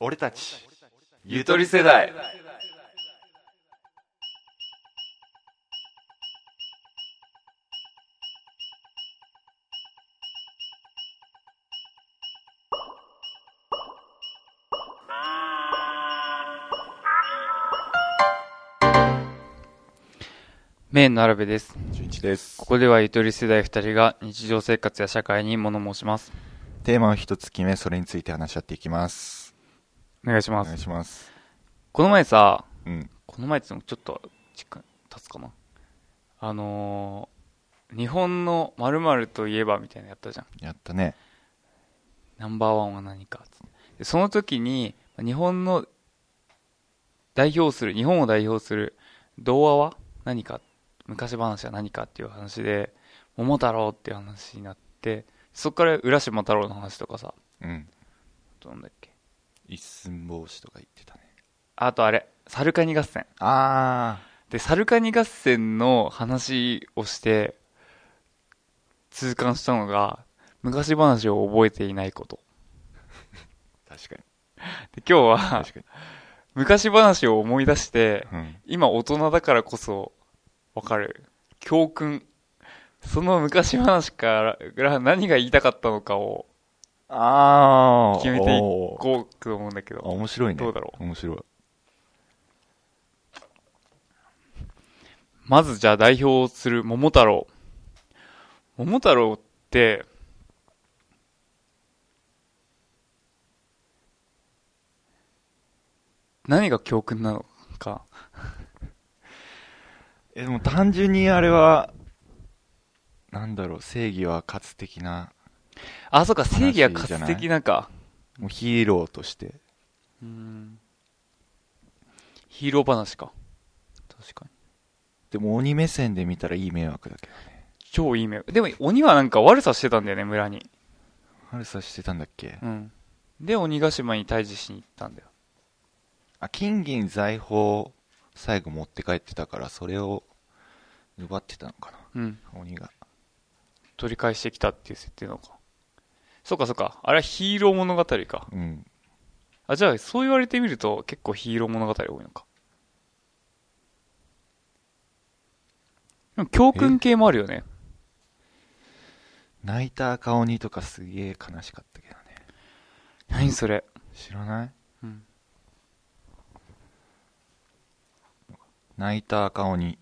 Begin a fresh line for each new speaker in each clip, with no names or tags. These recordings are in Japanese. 俺たち
ゆとり世代
メインのアラベです。
純一です
こ。こではゆとり世代二人が日常生活や社会に物申します。
テーマを一つ決め、それについて話し合っていきます。
お願いし
お
ま
願い
す。
します。
この前さ、
うん。
この前って言ってもちょっと時間経つかな。あのー、日本の〇〇といえばみたいなのやったじゃん。
やったね。
ナンバーワンは何かつってでその時に、日本の代表する、日本を代表する童話は何か、昔話は何かっていう話で、桃太郎っていう話になって、そこから浦島太郎の話とかさ、
うん。
なんだっけ。
一寸法師とか言ってたね。
あとあれ、サルカニ合戦。
あ
で、サルカニ合戦の話をして、痛感したのが、昔話を覚えていないこと。
ー。確かに。
で今日は、
確か
昔話を思い出して、
に。うん。
今大人だからこそわかる教訓その昔話から何が言いたかったのかを
あ
決めていこうと思うんだけど
面白いね。
どうだろ
う。面白い。
まずじゃあ代表する桃太郎桃太郎って何が教訓なのか
え、でも単純にあれは、なんだろう、正義は勝つ的な、
あそうか正義は
話じゃ
活
ない
的なんか
もうヒーローとして。
うんヒーロー話か確かに
でも鬼目線で見たらいい迷惑だけどね。
超いい目でも鬼はなんか悪さしてたんだよね村に
春さしてたんだっけ
うんで鬼ヶ島に退治しに行ったんだよ
あ、金銀財宝を最後持って帰ってたから、それを奪ってたのかな。
うん
鬼が。
取り返してきたっていう設定なのかそうかそうかあれはヒーロー物語か
うん。
あじゃあそう言われてみると結構ヒーロー物語多いのかでも教訓系もあるよね
泣いた赤鬼とかすげえ悲しかったけどね。
何それ
知らない
うん
泣いた赤鬼。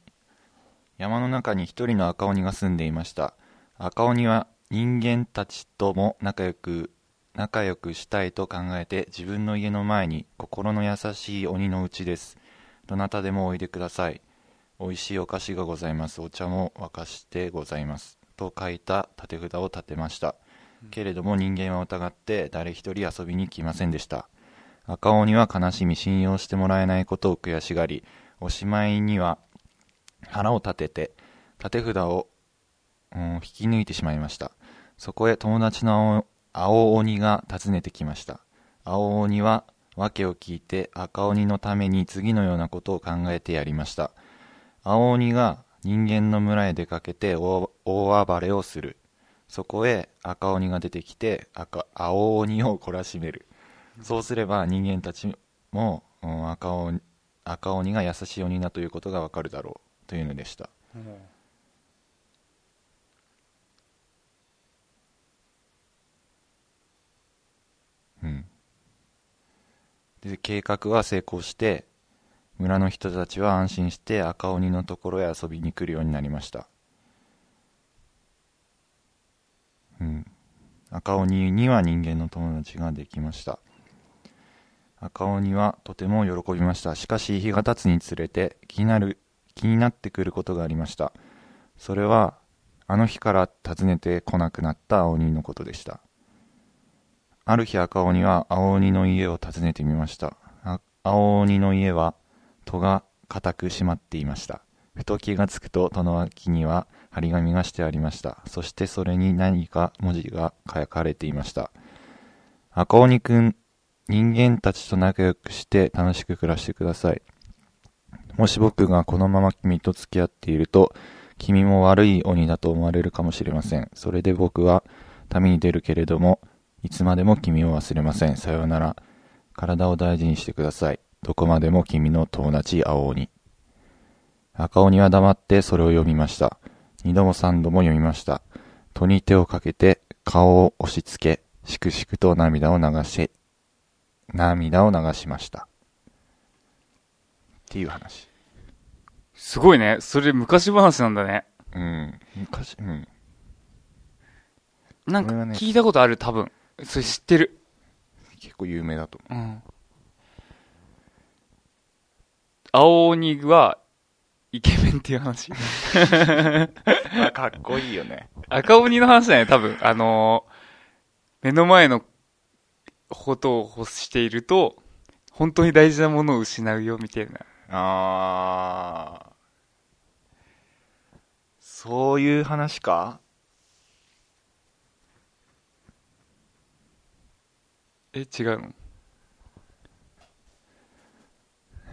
山の中に一人の赤鬼が住んでいました。赤鬼は人間たちとも仲良く、仲良くしたいと考えて自分の家の前に心の優しい鬼のうちです。どなたでもおいでください。おいしいお菓子がございます。お茶も沸かしてございます。と書いた立て札を立てました。けれども人間は疑って誰一人遊びに来ませんでした。赤鬼は悲しみ信用してもらえないことを悔しがりおしまいには腹を立てて立て札を、うん引き抜いてしまいましたそこへ友達の青青鬼が訪ねてきました青鬼は訳を聞いて赤鬼のために次のようなことを考えてやりました青鬼が人間の村へ出かけて大大暴れをするそこへ赤鬼が出てきて赤青鬼を懲らしめるそうすれば人間たちも、うん赤鬼赤鬼が優しい鬼だということがわかるだろうというのでしたうんで計画は成功して村の人たちは安心して赤鬼のところへ遊びに来るようになりましたうん赤鬼には人間の友達ができました赤鬼はとても喜びましたしかし日が経つにつれて気になる気になってくることがありましたそれはあの日から訪ねてこなくなった青鬼のことでしたある日赤鬼は青鬼の家を訪ねてみましたあ青鬼の家は戸が固く閉まっていましたふと気がつくと戸の脇には張り紙がしてありましたそしてそれに何か文字が書かれていました赤鬼くん人間たちと仲良くして楽しく暮らしてください。もし僕がこのまま君と付き合っていると、君も悪い鬼だと思われるかもしれません。それで僕は旅に出るけれども、いつまでも君を忘れません。さようなら。体を大事にしてください。どこまでも君の友達青鬼。赤鬼は黙ってそれを読みました。二度も三度も読みました。戸に手をかけて顔を押し付け、しくしくと涙を流し、涙を流しました。っていう話。
すごいね。それ昔話なんだね。
うん。昔、うん。
なんか
これはね
聞いたことある、多分。それ知ってる。
結構有名だと思
うん。青鬼は、イケメンっていう話。
う。あ、 かっこいいよね。
赤鬼の話だよね、多分。あのー目の前のことを欲していると、本当に大事なものを失うよ、みたいな。
あー。そういう話か
え、違うの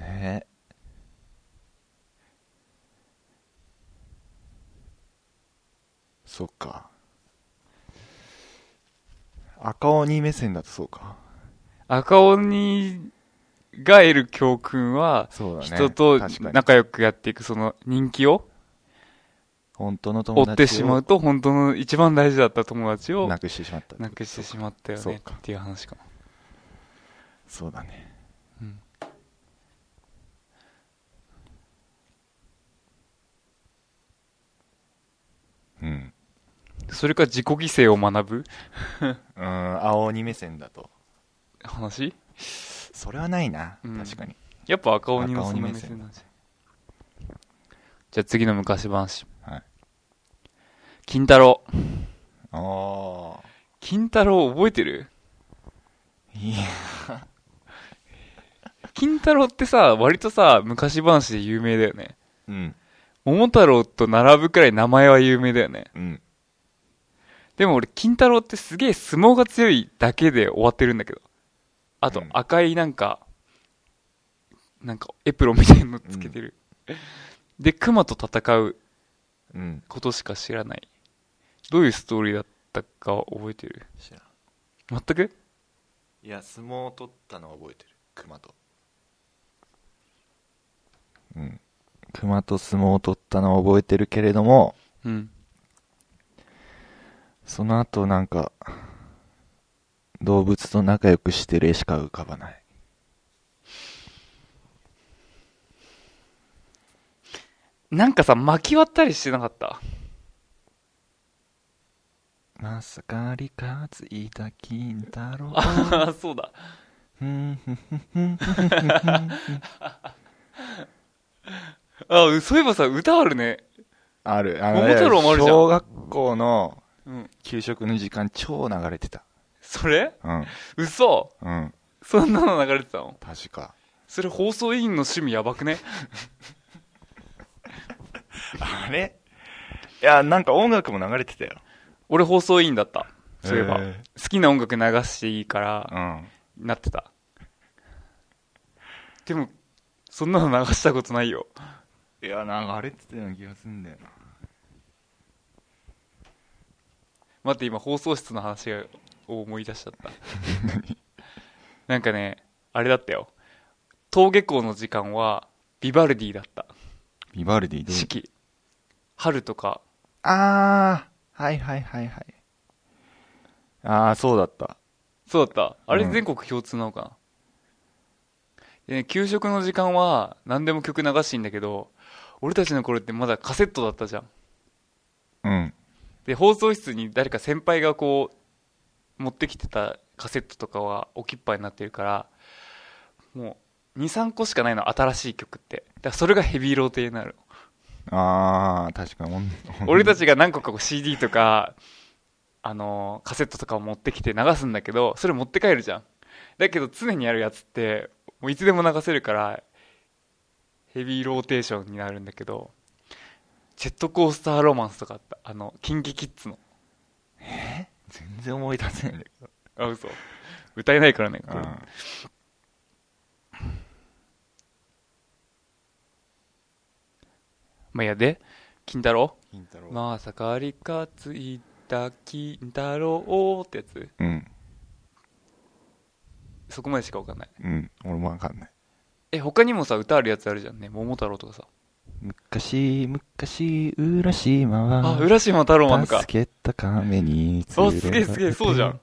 えーそっか赤鬼目線だとそうか
赤鬼が得る教訓は、
そう
人と仲良くやっていく、その人気を
本当の
追
友達を
ってしまうと、本当の一番大事だった友達を
なくしてしまった
なくしてしまったよ
そう
ね
か
っていう話かな。
そうだね
うん
うん
それか自己犠牲を学ぶ
うん青鬼目線だと
話
それはないな、
うん
確かに
やっぱ赤鬼のそ
赤
の
鬼
目
目線
線なんじゃじゃあ次の昔話。
はい
金太郎。
ああ
金太郎覚えてる
いや
金太郎ってさ、割とさ、昔話で有名だよね。
うん
桃太郎と並ぶくらい名前は有名だよね。
うん
でも俺、金太郎ってすげえ相撲が強いだけで終わってるんだけど。あ
う
と
ん、
赤いなんか、なんかエプロンみたいなのつけてる。で、熊と戦う
うん
ことしか知らない。どういうストーリーだったか覚えてる
知らん
全く
いや相撲を取ったのは覚えてる熊とうん熊と相撲を取ったのは覚えてるけれども
うん。
その後なんか動物と仲良くしてる絵しか浮かばない
なんかさ、巻き割ったりしてなかった
まさかりかついた金太郎
ああ、そうだ。
うんふん
ああ、そういえばさ、歌あるね。
あるあ
桃太郎もあるじゃん
小学校の
うん。
給食の時間超流れてた
それ
うん
嘘
うん
そんなの流れてたの
確か
それ放送委員の趣味やばくね
あれいやなんか音楽も流れてたよ
俺放送委員だった。そういえば。
へ
好きな音楽流していいから、
ん
なってた。でも、そんなの流したことないよ。
いや、流れてたような気がすんだよな。
待って、今放送室の話を思い出しちゃ った。なんかね、あれだったよ。登下校の時間は、ビバルディだった。
ビバルディ
四季。春とか、
あー、はいはいはいはい。あー、そうだった。
そうだった。あれ
うん
全国共通なのかな、でね、給食の時間は何でも曲流していいんだけど、俺たちの頃ってまだカセットだったじゃん。
うん。
で、放送室に誰か先輩がこう、持ってきてたカセットとかは置きっぱいになってるから、もう、2、3個しかないの、新しい曲って。だからそれがヘビーローテになる
あー、確か もん。
の。俺た
ち。
ちが何個かこう CD とか、あのーカセットとかを持ってきて流すんだけど、それ持って帰るじゃん。だけど常にやるやつって、もういつでも流せるから、ヘビーローテーションになるんだけど、ジェットコースターロマンスとかあった。あの、キンキキッズの。
全然思い出せないんだけど。
あ、嘘。歌えないからね、これ。まあ、いやで、金太郎
金太郎
まさかりかついた金太郎ってやつ。
うん。
そこまでしかわかんない。
うん俺もわかんない
え、他にもさ、歌あるやつあるじゃんね。桃太郎とかさ。
昔昔浦島は
あ、浦島太郎マンか。
助けた亀に
あ、すげえすげえ、そうじゃん。
ん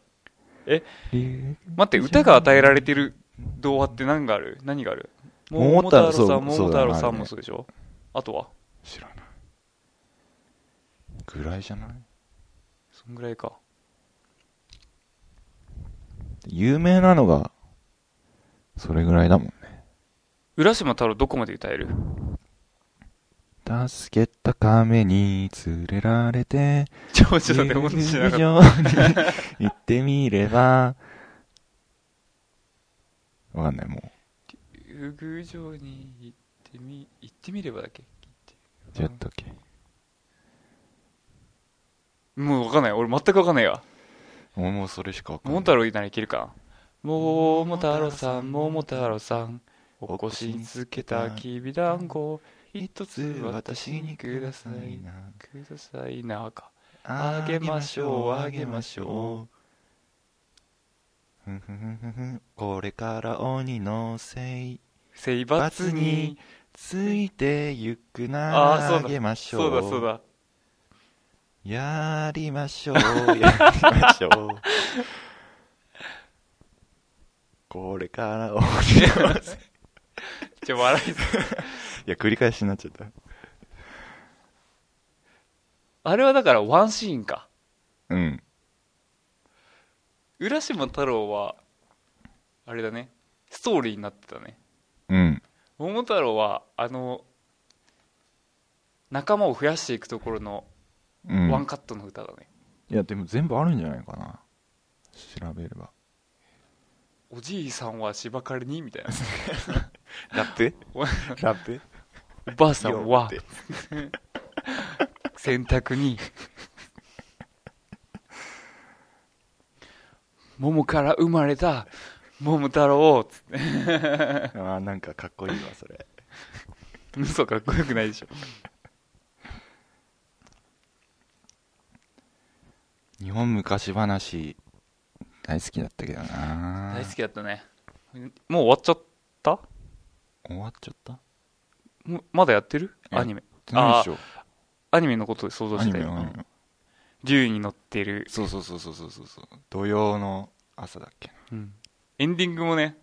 待って、歌が与えられてる童話って何がある何がある
桃
桃
太郎
太郎さん、
そう
桃
そうだ
太
ね
郎さんもそうでしょあとは
知らないぐらいじゃない
そんぐらいか。
有名なのがそれぐらいだもん
浦島太郎どこまで歌える
ね助けた亀に連れられて
ちょ、ちょっと待って、本当に知らなかった。
陸上に 行ってみればわかんないもう
竜宮城に行ってみ、行ってみればだっけ
ちょっとっけ
もうわかんない。俺全くわかんないわ。
もうもうそれしかわかん
桃
ない
太郎ならいけるか桃太郎さん、桃太郎さん。おこしにつけたきびだんご、一つ私にくださいな。くださいなか。あげましょうあげましょ
うふんふんふんふんこれから鬼のせい
せいばつに。
ついてゆくな
ああ、そう
あ
だ。
げましょう
そうだ、そうだ。
やりましょうやりましょうこれから鬼のせい
ちょ、笑いそう。
いや繰り返しになっちゃった
あれはだからワンシーンか。
うん
浦島太郎は、あれだね。ストーリーになってたね。
うん
桃太郎は、あの、仲間を増やしていくところの
うん
ワンカットの歌だね。
いやでも全部あるんじゃないかな調べれば
おじいさんは芝刈りにみたい な。
ラップ
お
ラップ
おばあさんは
よって
洗濯に。桃から生まれた桃太郎つっ て。
ああなんかかっこいいわそれ
嘘かっこよくないでしょ。
日本昔話大好きだったけどな
大好きだったね。もう終わっちゃった
終わっちゃった
もまだやってる
やっ
アニメ。
何でしょう
アニメのことで想像
ア
し
ニ
た
メ
よ
アニ。メ
竜に乗ってる。
そうそうそうそうそうそうそう土曜の朝だっけな
うんエンディングもね、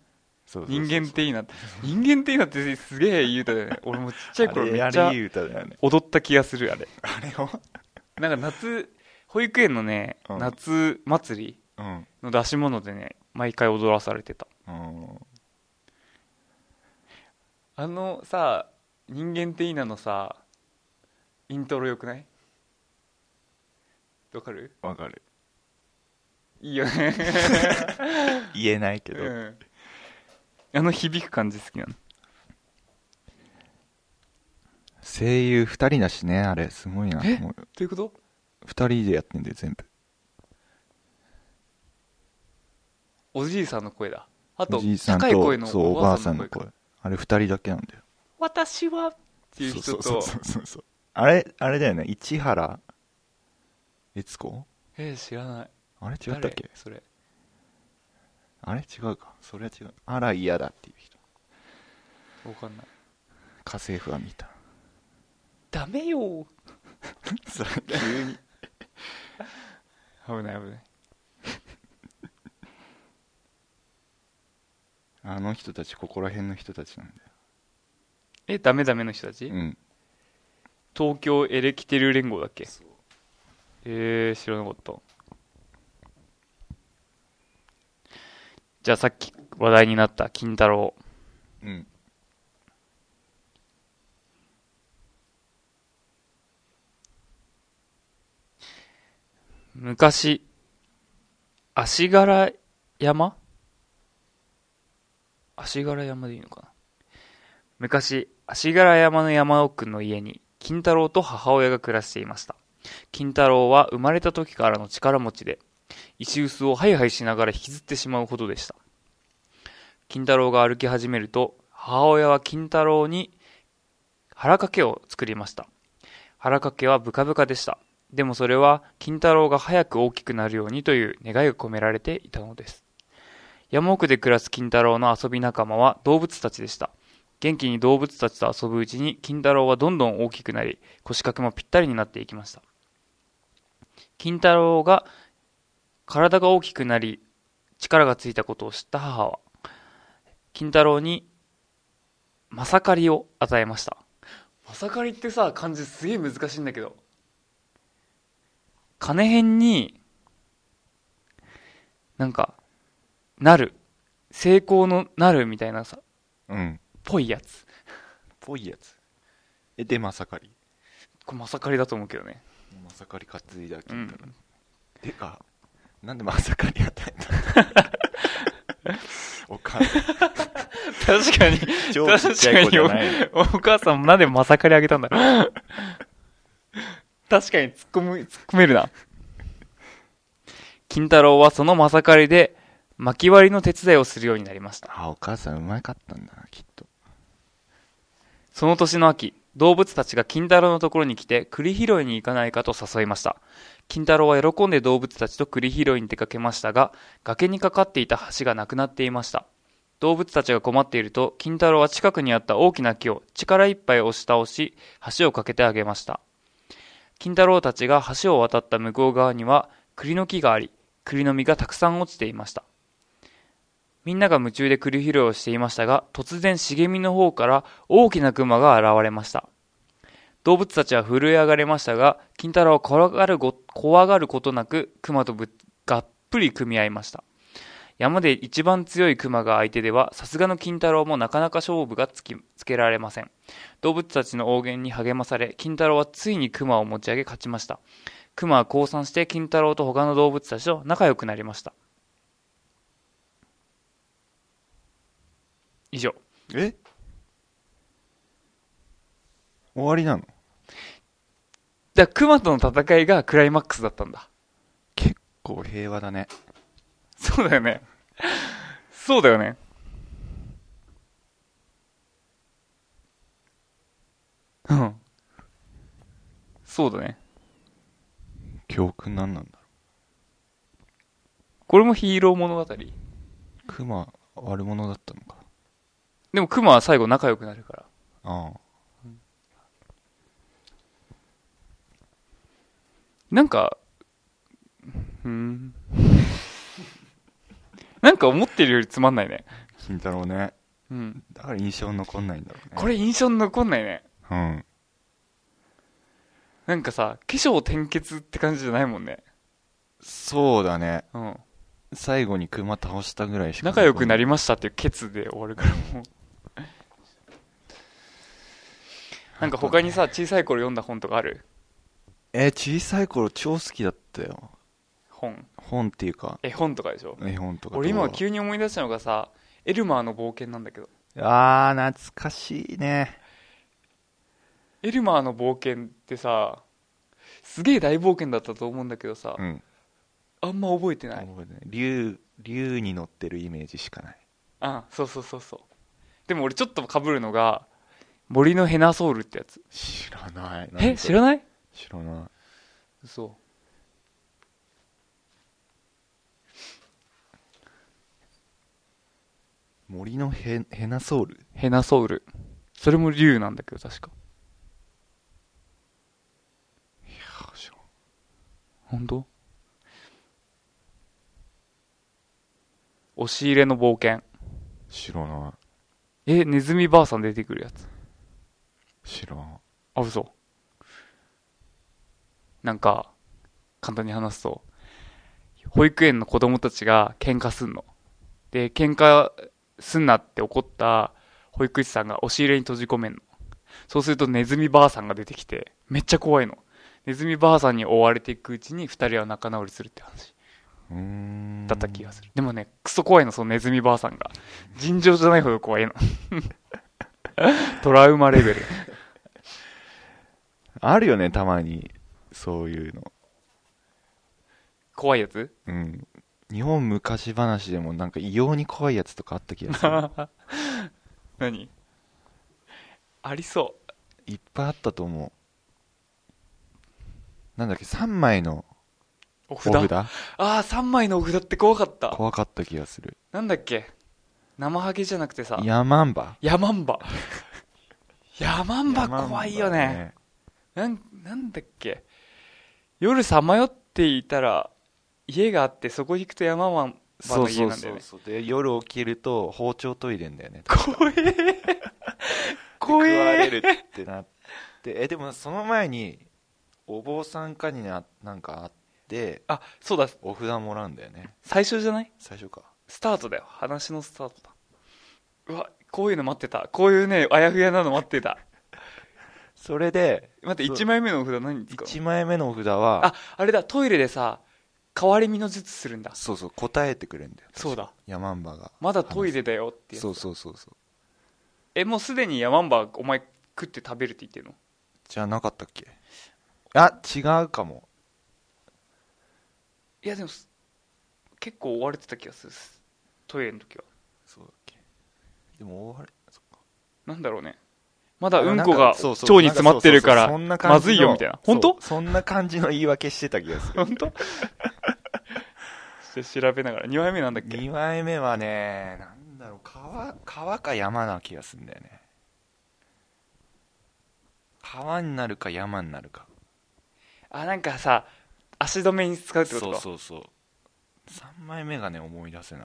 そうそうそう
人間っていいなって。人間っていいなってすげえ言うたよね。俺もちっちゃい頃めっち
あ
ゃ
れいい歌だよね
踊った気がする、あれ。
あれを
なんか夏、保育園のね、
うん
夏祭り
うん
の出し物でね、毎回踊らされてた。
うん
あのさ、人間っていいなのさ、イントロよくないわかる
わかる
いいよね。
言えないけど、
うん。あの響く感じ好きなの。
声優二人だしねあれすごいな
え
もう
ということ
二人でやってんだよ全部
おじいさんの声だ。あ
お
と
じい、さん
高い声
と
の
そうお
お
ば
ば
あ
あ
さ
さ
ん
ん
の
の
声
声。
あれ二人だけなんだよ
私はっていう人
そう
と、
そうそうそうあれあれだよね市原悦子
えー、知らない。
あれ違ったっけ
誰それ。
あれ違うかそれは違うあら嫌だっていう人
わかんない。
家政婦は見 た
ダメよー
それ急に
危ない危ない。
あの人たちここら辺の人たちなんだよ
え、ダメダメの人たち、
うん
東京エレキテル連合だっけえー、知らなかったじゃあさっき話題になった金太郎
うん
昔足柄山足柄山でいいのかな昔足柄山の山奥の家に金太郎と母親が暮らしていました金太郎は生まれた時からの力持ちで石臼をハイハイしながら引きずってしまうほどでした金太郎が歩き始めると母親は金太郎に腹掛けを作りました腹掛けはブカブカでしたでもそれは金太郎が早く大きくなるようにという願いが込められていたのです。山奥で暮らす金太郎の遊び仲間は動物たちでした。元気に動物たちと遊ぶうちに金太郎はどんどん大きくなり、腰掛けもぴったりになっていきました。金太郎が体が大きくなり、力がついたことを知った母は、金太郎に、まさかりを与えました。まさかりってさ、漢字すげえ難しいんだけど。金編に、なんか、なる。成功のなるみたいなさ、
うん。
ぽいやつ。
ぽいやつ。え、で、まさかり。
これまさかりだと思うけどね。
まさかり担いだ、
う
金
ん
太郎。。てか、なんでまさかり与えたの おかん、
確かに、
超ちっちゃい子じゃないの。
お母さんもなんでまさかりあげたんだろう。確かに突っ込む、突っ込めるな。金太郎はそのまさかりで、薪割りの手伝いをするようになりました。
あ、お母さんうまかったんだな、きっと。
その年の秋、動物たちが金太郎のところに来て栗拾いに行かないかと誘いました。金太郎は喜んで動物たちと栗拾いに出かけましたが、崖にかかっていた橋がなくなっていました。動物たちが困っていると、金太郎は近くにあった大きな木を力いっぱい押し倒し、橋を架けてあげました。金太郎たちが橋を渡った向こう側には栗の木があり、栗の実がたくさん落ちていました。みんなが夢中で栗拾いをしていましたが、突然茂みの方から大きなクマが現れました。動物たちは震え上がりましたが、金太郎は怖がるご怖がることなく、クマとぶっがっぷり組み合いました。山で一番強いクマが相手では、さすがの金太郎もなかなか勝負がつきつけられません。動物たちの応言に励まされ、金太郎はついにクマを持ち上げ勝ちました。クマは降参して金太郎と他の動物たちと仲良くなりました。以上。
え終わりなの
だから熊との戦いがクライマックスだったんだ。
結構平和だね。
そうだよね。そうだよね。うん。そうだね。
教訓なんなんだろ
これもヒーロー物語。で
う。クマ、悪者だったのか。
も熊は最後仲良くなるから。
ああ。
なんか、うん。なんか思ってるよりつまんないね。
金太郎ね。
うん。
だから印象残んないんだろうね。
これ印象に残んないね。
うん。
なんかさ、化粧転結って感じじゃないもんね。
そうだね。
うん。
最後にクマ倒したぐらいしか。
仲良くなりましたっていうケツで終わるからもう なんか他にさ小さい頃読んだ本とかある
え、小さい頃超好きだったよ。
本
本っていうか、
絵本とかでしょ
絵本とか。
俺今
動
急に思い出したのがさエルマーの冒険なんだけど
画あー、懐かしいね。
エルマーの冒険ってさすげえ大冒険だったと思うんだけどさ、
うん。
あんま覚えてない、
覚えてない竜、竜に乗ってるイメージしかない。
あそうそうそうそうでも俺ちょっと被るのが森のヘナソウルってやつ
知らない。
え知
ない
らない
知らない。
そう
森のヘヘナソウル
ヘナソウルそれも竜なんだけど確か本当押し入れの冒険
知らな
えネズミばあさん出てくるやつ
い知らん
あ嘘なんか簡単に話すと保育園の子供たちが喧嘩すんので喧嘩すんなって怒った保育士さんが押し入れに閉じ込めんのそうするとネズミばあさんが出てきてめっちゃ怖いのネズミばあさんに追われていくうちに二人は仲直りするって話
うーん
だった気がする。でもね、クソ怖いの、そのネズミばあさんが。尋常じゃないほど怖いの。 トラウマレベル。
あるよねたまにそういうの
怖いやつ
うん日本昔話でもなんか異様に怖いやつとかあった気が する
何ありそ
いっぱいあったと思うなんだっけ3枚の
う。お
お
札
札
ああ、3枚のお札って怖かった。
怖かった気がする
なんだっけ生ハゲじゃなくてさ、
ヤマンバ
ヤマン バ。ヤマンバ怖い
ヤマ
よ
ンバ
ね。なん、なんだっけ夜さまよっていたら、家があって、そこ行くとヤマンバ
そ
の
うそ
家
う
なんだ
そ
よね
う。そうで夜起きると包丁研いでんだよね
怖え怖
食われ
え
るってなってえでもその前にお坊さんかにななんかあって
あ、そうだ、
お札もらうんだよね
最初じゃない
最初か
スタートだよ。話のスタートだ。うわ、こういうの待ってた。こういうね、あやふやなの待ってた。
それで
待って、
そう
1枚目のお札何使う
1枚目のお札は
あ、あれだ、トイレでさ、変わり身の術するんだ。
そうそう答えてくれるんだよ
そうだ。
ヤマンバが
まだトイレだよってやつ
そうそうそうそう
え、もうすでにヤマンバ、お前食って食べるって言ってるの
じゃなかったっけあ違うかも
いや、でもす、結構追われてた気がする。トイレの時は。
そうだっけでも大あれそっか
なんだろうね。まだ
あの
うん
なん
こ
か
が
そうそう
腸に詰まってるか
なんかそうそうそんな
ら、
感じの
まずいよみたいな。本
そ
当
うそんな感じの言い訳してた気がする
本当 ちょっと調べながら。2枚目なんだっけ
2枚目はねなんだろう川川か山な気がするんだよね川になるか山になるか
あ、なんかさ、足止めに使うってこと
そ
か
うそうそう3枚目がね思い出せない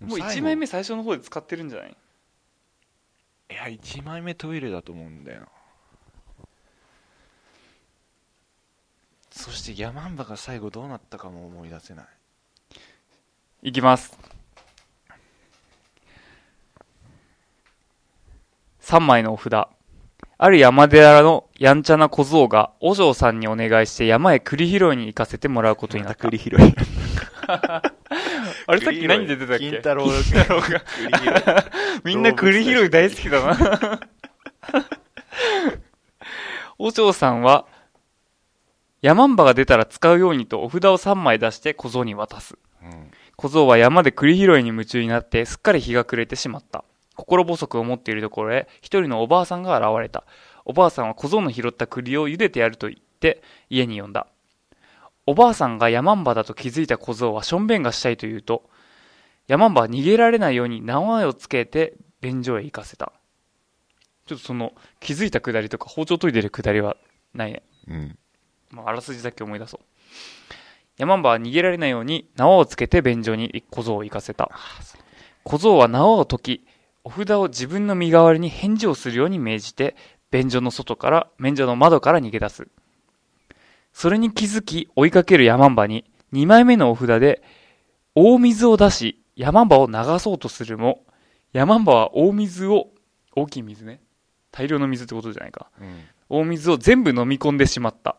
もう
最後
1枚目最初の方で使ってるんじゃない
いや1枚目トイレだと思うんだよなそしてヤマンバが最後どうなったかも思い出せない
いきます。3枚のお札。ある山寺のやんちゃな小僧が、お嬢さんにお願いして山へ栗拾いに行かせてもらうことになっ た。
拾い
あれさっき何で出てたっけ
金太郎
金太郎が。みんな栗拾い大好きだな。 お嬢さんは、山んばが出たら使うようにとお札を3枚出して小僧に渡す。
うん
小僧は山で栗拾いに夢中になってすっかり日が暮れてしまった心細く思っているところへ一人のおばあさんが現れたおばあさんは小僧の拾った栗を茹でてやると言って家に呼んだおばあさんが山んばだと気づいた小僧はしょんべんがしたいと言うと山んばは逃げられないように縄をつけて便所へ行かせたちょっとその気づいたくだりとか包丁研いでるくだりはないね
うん
まあ、あらすじだけ思い出そう。ヤマンバは逃げられないように縄をつけて便所に小僧を行かせた。小僧は縄を解き、お札を自分の身代わりに返事をするように命じて、便所の外から、便所の窓から逃げ出す。それに気づき、追いかけるヤマンバに、2枚目のお札で、大水を出し、ヤマンバを流そうとするも、ヤマンバは大水を、大きい水ね。大量の水ってことじゃないか。
うん
大水を全部飲み込んでしま った。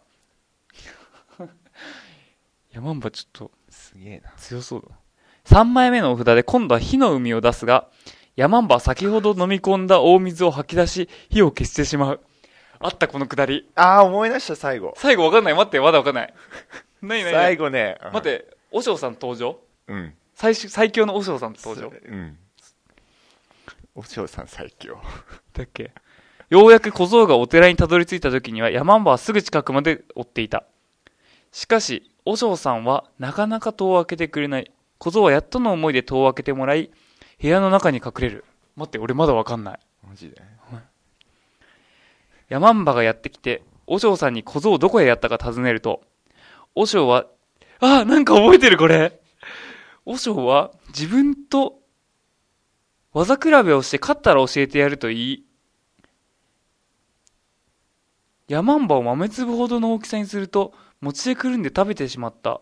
ヤマンバちょっと
すげえな
強そうだな。3枚目のお札で今度は火の海を出すが、ヤマンバは先ほど飲み込んだ大水を吐き出し、火を消してしまう。あったこのくだり。
ああ思い出した最後
最後わかんない。待って、まだわかんない。ないないない
最。後ね
待って、お嬢さん登場
うん
最終最強のお嬢さん登場
うんお嬢さん最強
だっけようやく小僧がお寺にたどり着いた時には山んばはすぐ近くまで追っていた。しかし、お嬢さんはなかなか戸を開けてくれない。小僧はやっとの思いで戸を開けてもらい、部屋の中に隠れる。待って、俺まだわかんない。
マジで
ヤマンバがやってきて、お嬢さんに小僧をどこへやったか尋ねると、お嬢は、あ、なんか覚えてるこれ。お嬢は自分と技比べをして勝ったら教えてやると言い、ヤマンバを豆粒ほどの大きさにすると、餅でくるんで食べてしまった。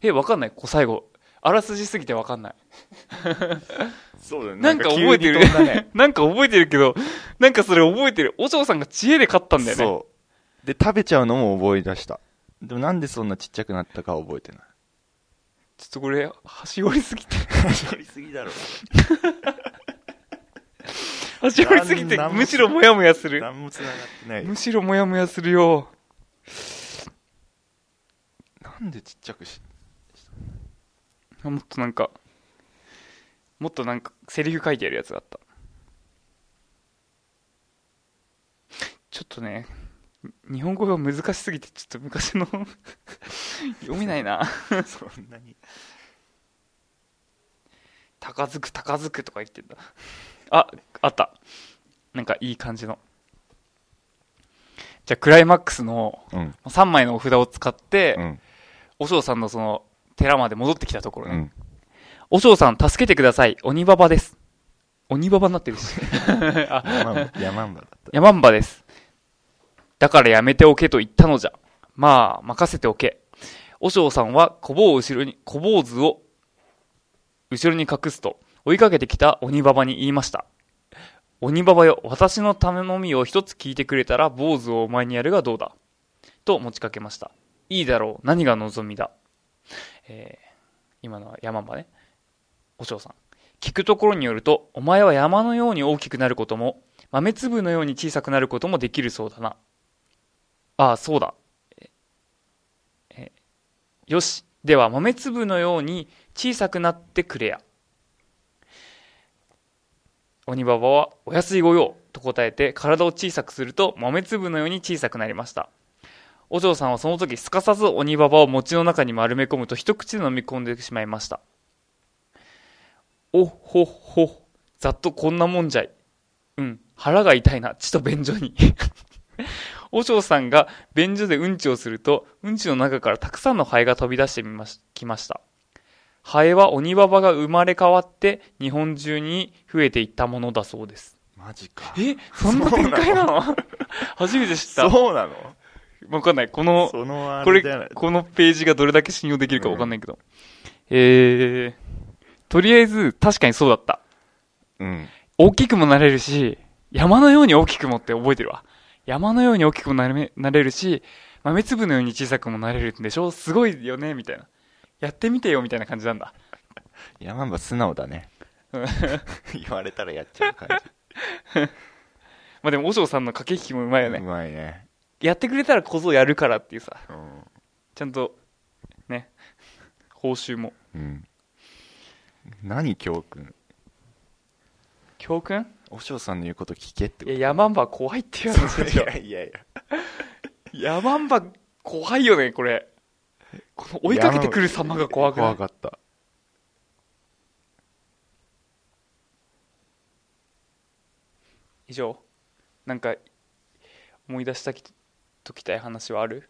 え、わかんない。こう最後。あらすじすぎてわかんない。
そうだね
なんか覚えてる。なんか覚えてるけど、なんかそれ覚えてる。お嬢さんが知恵で勝ったんだよね。
そうで食べちゃうのも覚え出したでもなんでそんなちっちゃくなったかは覚えて ない
ちょっとこれ、端折りすぎて、
取りすぎだろ
端折りすぎて
なん、なん
むしろもやもやする。
何もつながってない
むしろもやもやするよ。
なんでちっちゃくし
もっとなんか、もっとなんか、セリフ書いてあるやつがあった。ちょっとね、日本語が難しすぎてちょっと昔の 読めないな
そんなに
高づく高づくとか言ってんだああったなんかいい感じのじゃあクライマックスの
うん
3枚のお札を使って、
うん
お嬢さんのその寺まで戻ってきたところ
う
ね、
ん
お嬢さん助けてください鬼ババです鬼ババになってるし あ
山山んばだった
ヤマンバです。だからやめておけと言ったのじゃ。まあ、任せておけ。和尚さんは小坊を後ろに、小坊図を後ろに隠すと、追いかけてきた鬼ババに言いました。鬼ババよ、私の頼みを一つ聞いてくれたら坊主をお前にやるがどうだと持ちかけました。いいだろう、何が望みだ。えー今のはヤマンバね。和尚さん。聞くところによると、お前は山のように大きくなることも、豆粒のように小さくなることもできるそうだな。ああ、そうだ。ええよし。では、豆粒のように小さくなってくれや。鬼ババは、お安い御用と答えて、体を小さくすると、豆粒のように小さくなりました。お嬢さんはその時、すかさず鬼ババを餅の中に丸め込むと、一口で飲み込んでしまいました。おっほっほっ、ざっとこんなもんじゃい。うん、腹が痛いな、ちと便所に。 和尚さんが便所でうんちをすると、うんちの中からたくさんのハエが飛び出してみましきました。ハエは鬼ババが生まれ変わって日本中に増えていったものだそうです。
マジか
えそんな展開なの 初めて知った。
そうなの
わかんない。この、
そのあ
こ
れじ
れ
ゃない、
このページがどれだけ信用できるかわかんないけど。えー、とりあえず確かにそうだった。
うん
大きくもなれるし、山のように大きくもって覚えてるわ。山のように大きくもなれなれるし、豆粒のように小さくもなれるんでしょすごいよねみたいな。やってみてよみたいな感じなんだ。
山んば素直だ ね言われたらやっちゃう感
まあでも、和尚さんの駆け引きもうまいよ
じう
ね。
まいね
やってくれたらこそやるからっていうさ、
うん
ちゃんと、ね、報酬も。
うん何教訓
教訓
和尚さんの言うこと聞けって
い
こ
や、山んば怖いっていう話
と
でしょ。
いやいや
山んば怖いよね、これ。この追いかけてくる様が怖くない
怖かった
以上なんか思い出したきときたい話はある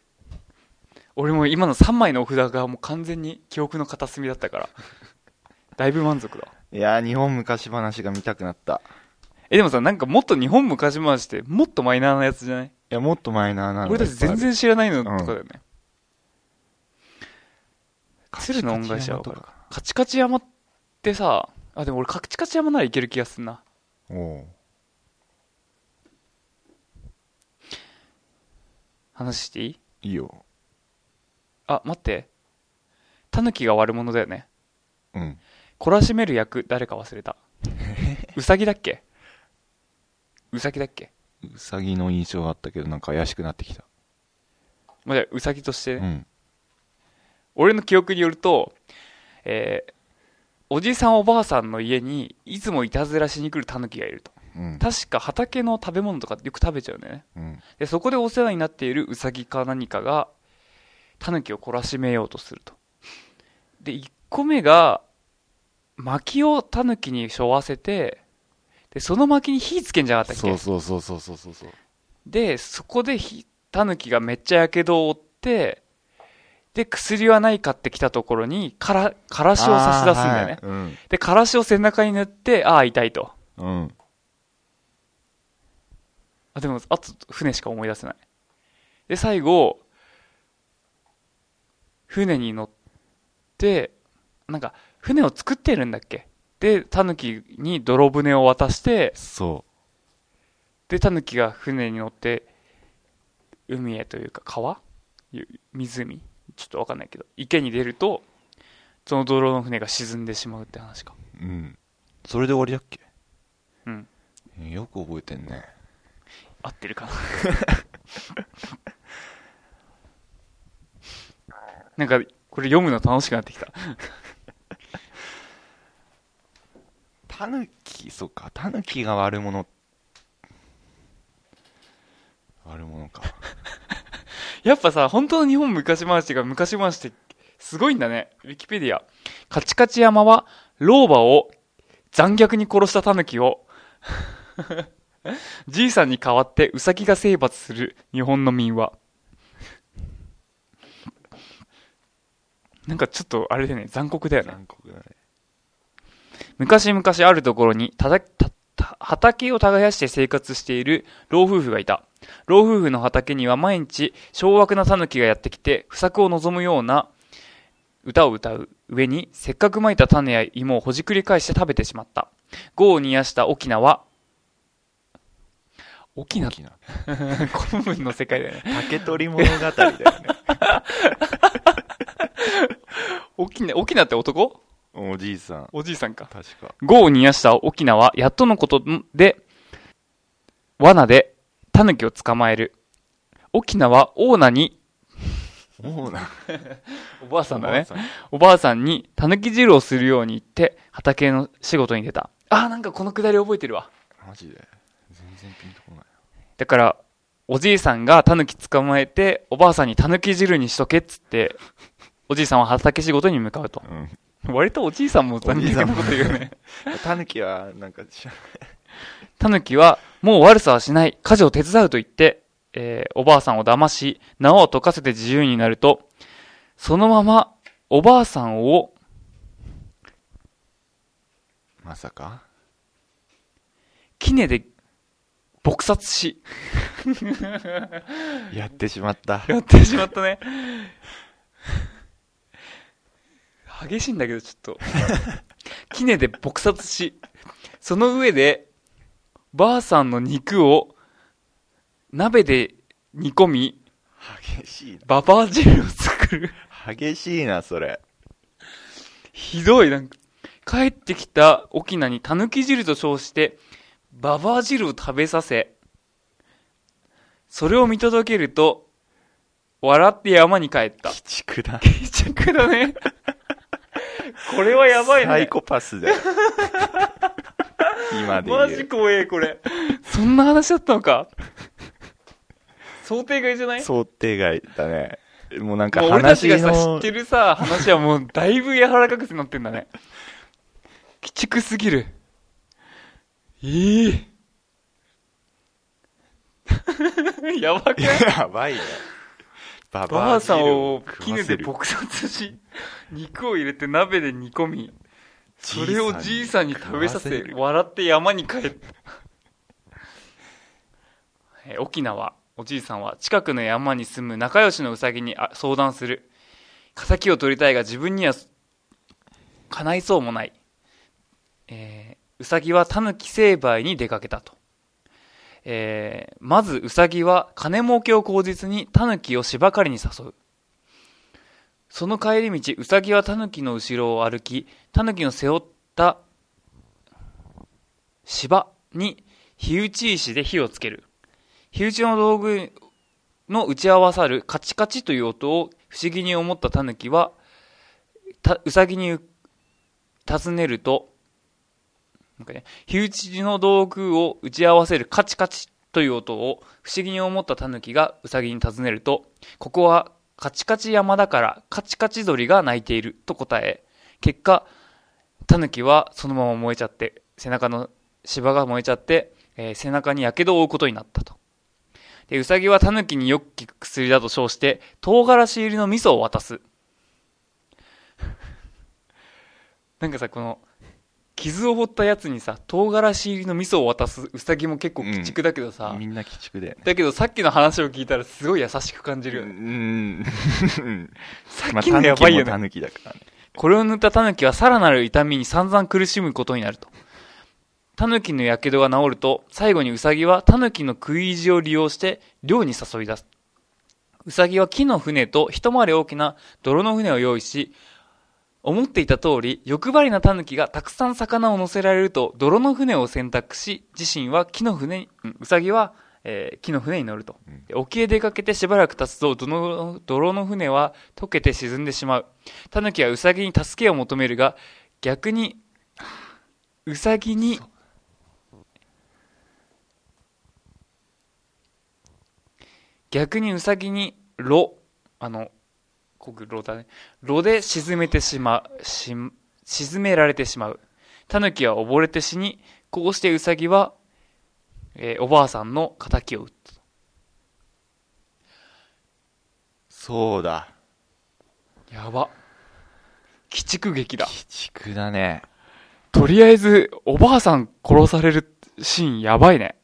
俺も今の3枚のお札がもう完全に記憶の片隅だった からだいぶ満足だ
いや日本昔話が見たくなった
えでもさなんかもっと日本昔話ってもっとマイナーなやつじゃない
いやもっとマイナーなの
俺たち全然知らないのとかだよね、鶴の恩返しはわかる
か
カチカチ山ってさあでも俺カチカチ山ならいける気がすんな
おお
話していい
いいよ
あ待ってタヌキが悪者だよね
うん
懲らしめる役誰か忘れ たウサギだっけウサギだっけ
うさぎの印象はあったけどなんか怪しくなってきた
まあ、じゃあウサギとしてね、
うん
俺の記憶によると、えーおじさんおばあさんの家にいつもいたずらしに来るタヌキがいると
うん
確か畑の食べ物とかよく食べちゃうんだよね
うん
でそこでお世話になっているウサギか何かがタヌキを懲らしめようとするとで1個目が薪をタヌキに背負わせてでその薪に火つけんじゃなかったっけ
そうそうそうそうそうそうそう
でそこでひタヌキがめっちゃやけどを負ってで薬はないかって来たところにからからしを差し出すんだよね、
あーはい
でからしを背中に塗ってああ痛いと
うんうん
あでもあと船しか思い出せないで最後船に乗ってなんか船を作ってるんだっけでタヌキに泥船を渡して
そ
でタヌキが船に乗って海へというか川ゆ湖ちょっとわかんないけど池に出るとその泥の船が沈んでしまうって話か
ううんそれで終わりだっけ
うん
えよく覚えてんね
合ってるかななんかこれ読むの楽しくなってきた
タヌキそうかタヌキが悪者悪者か
やっぱさ、本当の日本昔話が昔話ってすごいんだね。ウィキペディア。カチカチ山は、老婆を残虐に殺した狸を、 じいさんに代わってウサギが征伐する日本の民話。なんかちょっとあれだよね、残酷だよね。
残酷だね
昔々あるところにたたたた畑を耕して生活している老夫婦がいた老夫婦の畑には毎日小悪なタヌキがやってきて不作を望むような歌を歌う上にせっかくまいた種や芋をほじくり返して食べてしまった業を煮やした沖縄沖縄
大きな
古文の世界だよね
竹取物語だよね
沖縄沖縄って男
おじいさん
おじいさんか
確か
業を煮やした沖縄、やっとのことで、罠で、狸を捕まえる。沖縄、オーナに、
もうな
おばあさんだね。
おばあ
おばあさんに、狸汁をするように言って、畑の仕事に出た。あー、なんかこのくだり覚えてるわ。
さんマジで全然ピンとこない
だから、おじいさんが狸捕まえて、おばあさんに狸汁にしとけっつって、おじいさんは畑仕事に向かうと。
う
割とおじいさんも残
おじい
虐
さ
なん
も
こと言うね。
んタヌキはなんか知ら
タヌキは、もう悪さはしない、家事を手伝うと言って、えーおばあさんを騙し、縄を解かせて自由になると、そのまま、おばあさんを、
まさか
キネで、撲殺し、
やってしまった
やってしまったね。激しいんだけど、ちょっと。キネで撲殺し、その上で、ばあさんの肉を、鍋で煮込み、
激しい
ババア汁を作る。
な激しいなそれ
ひどい、なんか、帰ってきた沖縄にタヌキ汁と称して、ババア汁を食べさせ、それを見届けると、笑って山に帰った。
鬼畜だ
決着だね。 これはやばい
サイ
ね。
コパス だよ今で
マ
言
ジ
う
怖え、これ。そんな話だったの か。想定外じゃない
想定外だねもうなんか
もう俺たち
話
がさ、知
の
ってるさ、話はもうだいぶ柔らかくなってんだね。鬼畜すぎる。ええ やばく ない
やばいねバ
ば
バ
あ
ア
さんを
汁
絹
食わせ
で
る
撲殺し、肉を入れて鍋で煮込み、それをじいさんに食べさせ、
食わ
笑って山に帰った。えー沖縄、おじいさんは近くの山に住む仲良しのうさぎにあ相談する。仇を取りたいが自分には叶いそうもない。えーうさぎは狸成敗に出かけたと。えーまずうさぎは金儲けを口実に狸を芝刈りに誘う。その帰り道、うさぎは狸の後ろを歩き、狸の背負った芝に火打ち石で火をつける。火打ちの道具の打ち合わさるカチカチという音を不思議に思った狸は、たうさぎに尋ねると、なんかね、火打ちの道具を打ち合わせるカチカチという音を不思議に思った狸がうさぎに尋ねると、ここはカチカチ山だからカチカチ鳥が鳴いていると答え、結果、タヌキはそのまま燃えちゃって、背中の芝が燃えちゃって、えー背中に火傷を負うことになったと。で、ウサギはタヌキによく効く薬だと称して、唐辛子入りの味噌を渡す。 なんかさ、この、傷を負ったやつにさ、唐辛子入りの味噌を渡すウサギも結構鬼畜だけど
せ
さ、
るみんな鬼畜だよね
だけどさっきの話を聞いたらすごい優しく感じるよね。
うん
さ
まあ
っきのやばいよね。
タヌキもタヌキだからね
これを塗ったタヌキはさらなる痛みに散々苦しむことになると。タヌキの火傷が治ると、最後にウサギはタヌキの食い意地を利用して漁に誘い出す。ウサギは木の船と一回り大きな泥の船を用意し、思っていた通り、欲張りなタヌキがたくさん魚を乗せられると、泥の船を選択し、自身は木の船に、うんウサギは、えー木の船に乗ると。で沖へ出かけてしばらく経つと、どの泥の船は溶けて沈んでしまう。タヌキはウサギに助けを求めるが、逆に、ウサギに、逆にウサギに炉、あの、国炉だね。炉で沈めてしまう、し、沈められてしまう。狸は溺れて死に、こうしてウサギは、えーおばあさんの仇を討った。
そうだ
やば。鬼畜劇だ
鬼。畜だね
とりあえず、おばあさん殺されるシーンやばいね。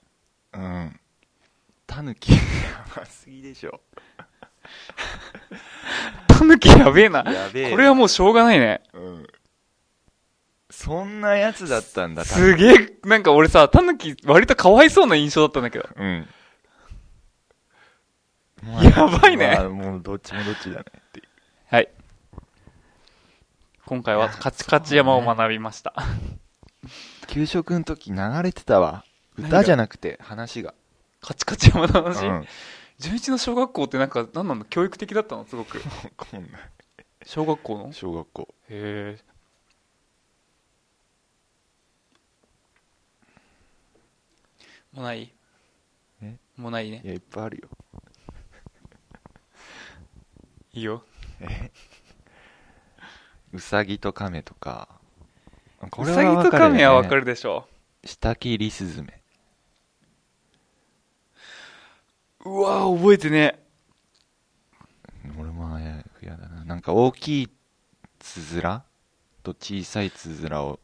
うんタヌキやばすぎでしょ
狸やべえな。
やべえ
これはもうしょうがないね。
うんそんなやつだったんだタヌ
すげえ、なんか俺さ、狸割とかわいそうな印象だったんだけど。
キうん
やばいね
まあもうどっちもどっちだねっていう
はい。今回はカチカチ山を学びました。
給食の時流れてたわ
何が
歌じゃなくて話が
カチカチ山の話、
うん
純一の小学校ってなんか、なんなんだ、教育的だったのすごく。
こんな
小学校のへ
小学校
え。もうない
え
もうないね
い。やいっぱいあるよ
いいよ。
うさぎと亀とかこ
う
れ
さぎ
わ
と
かるよね
亀はわかるでしょ
下切りスズメ
う。うわぁ、覚えてね
俺もややだななんか大きいつづらと小さいつづらを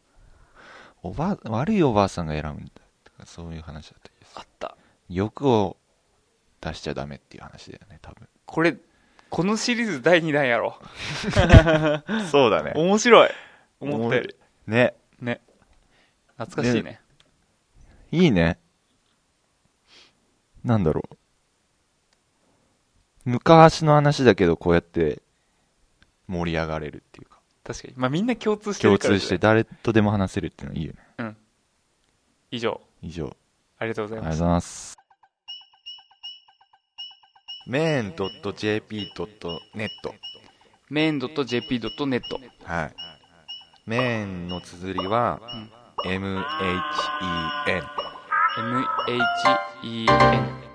おばあ悪いおばあさんが選ぶんだとかそういう話だった気がす
あった。
る欲を出しちゃダメっていう話だよね多分
これ、このシリーズ第2弾やろ。
そうだ
面白い。思ったより。
ね
ね。懐かしいね。
いいねなんだろう昔の話だけどこうやって盛り上がれるっていうか
確かに。まあみんな共通して
共
るから
通
ね
して誰とでも話せるっていうのいいよね
以上、
以上
ありがとうご
ありがとうご
ざいまし
ざいます。メーン .jp.net
た。メイン .jp.net。
はい。メーンの綴りは、MHEN。
m-h-e-n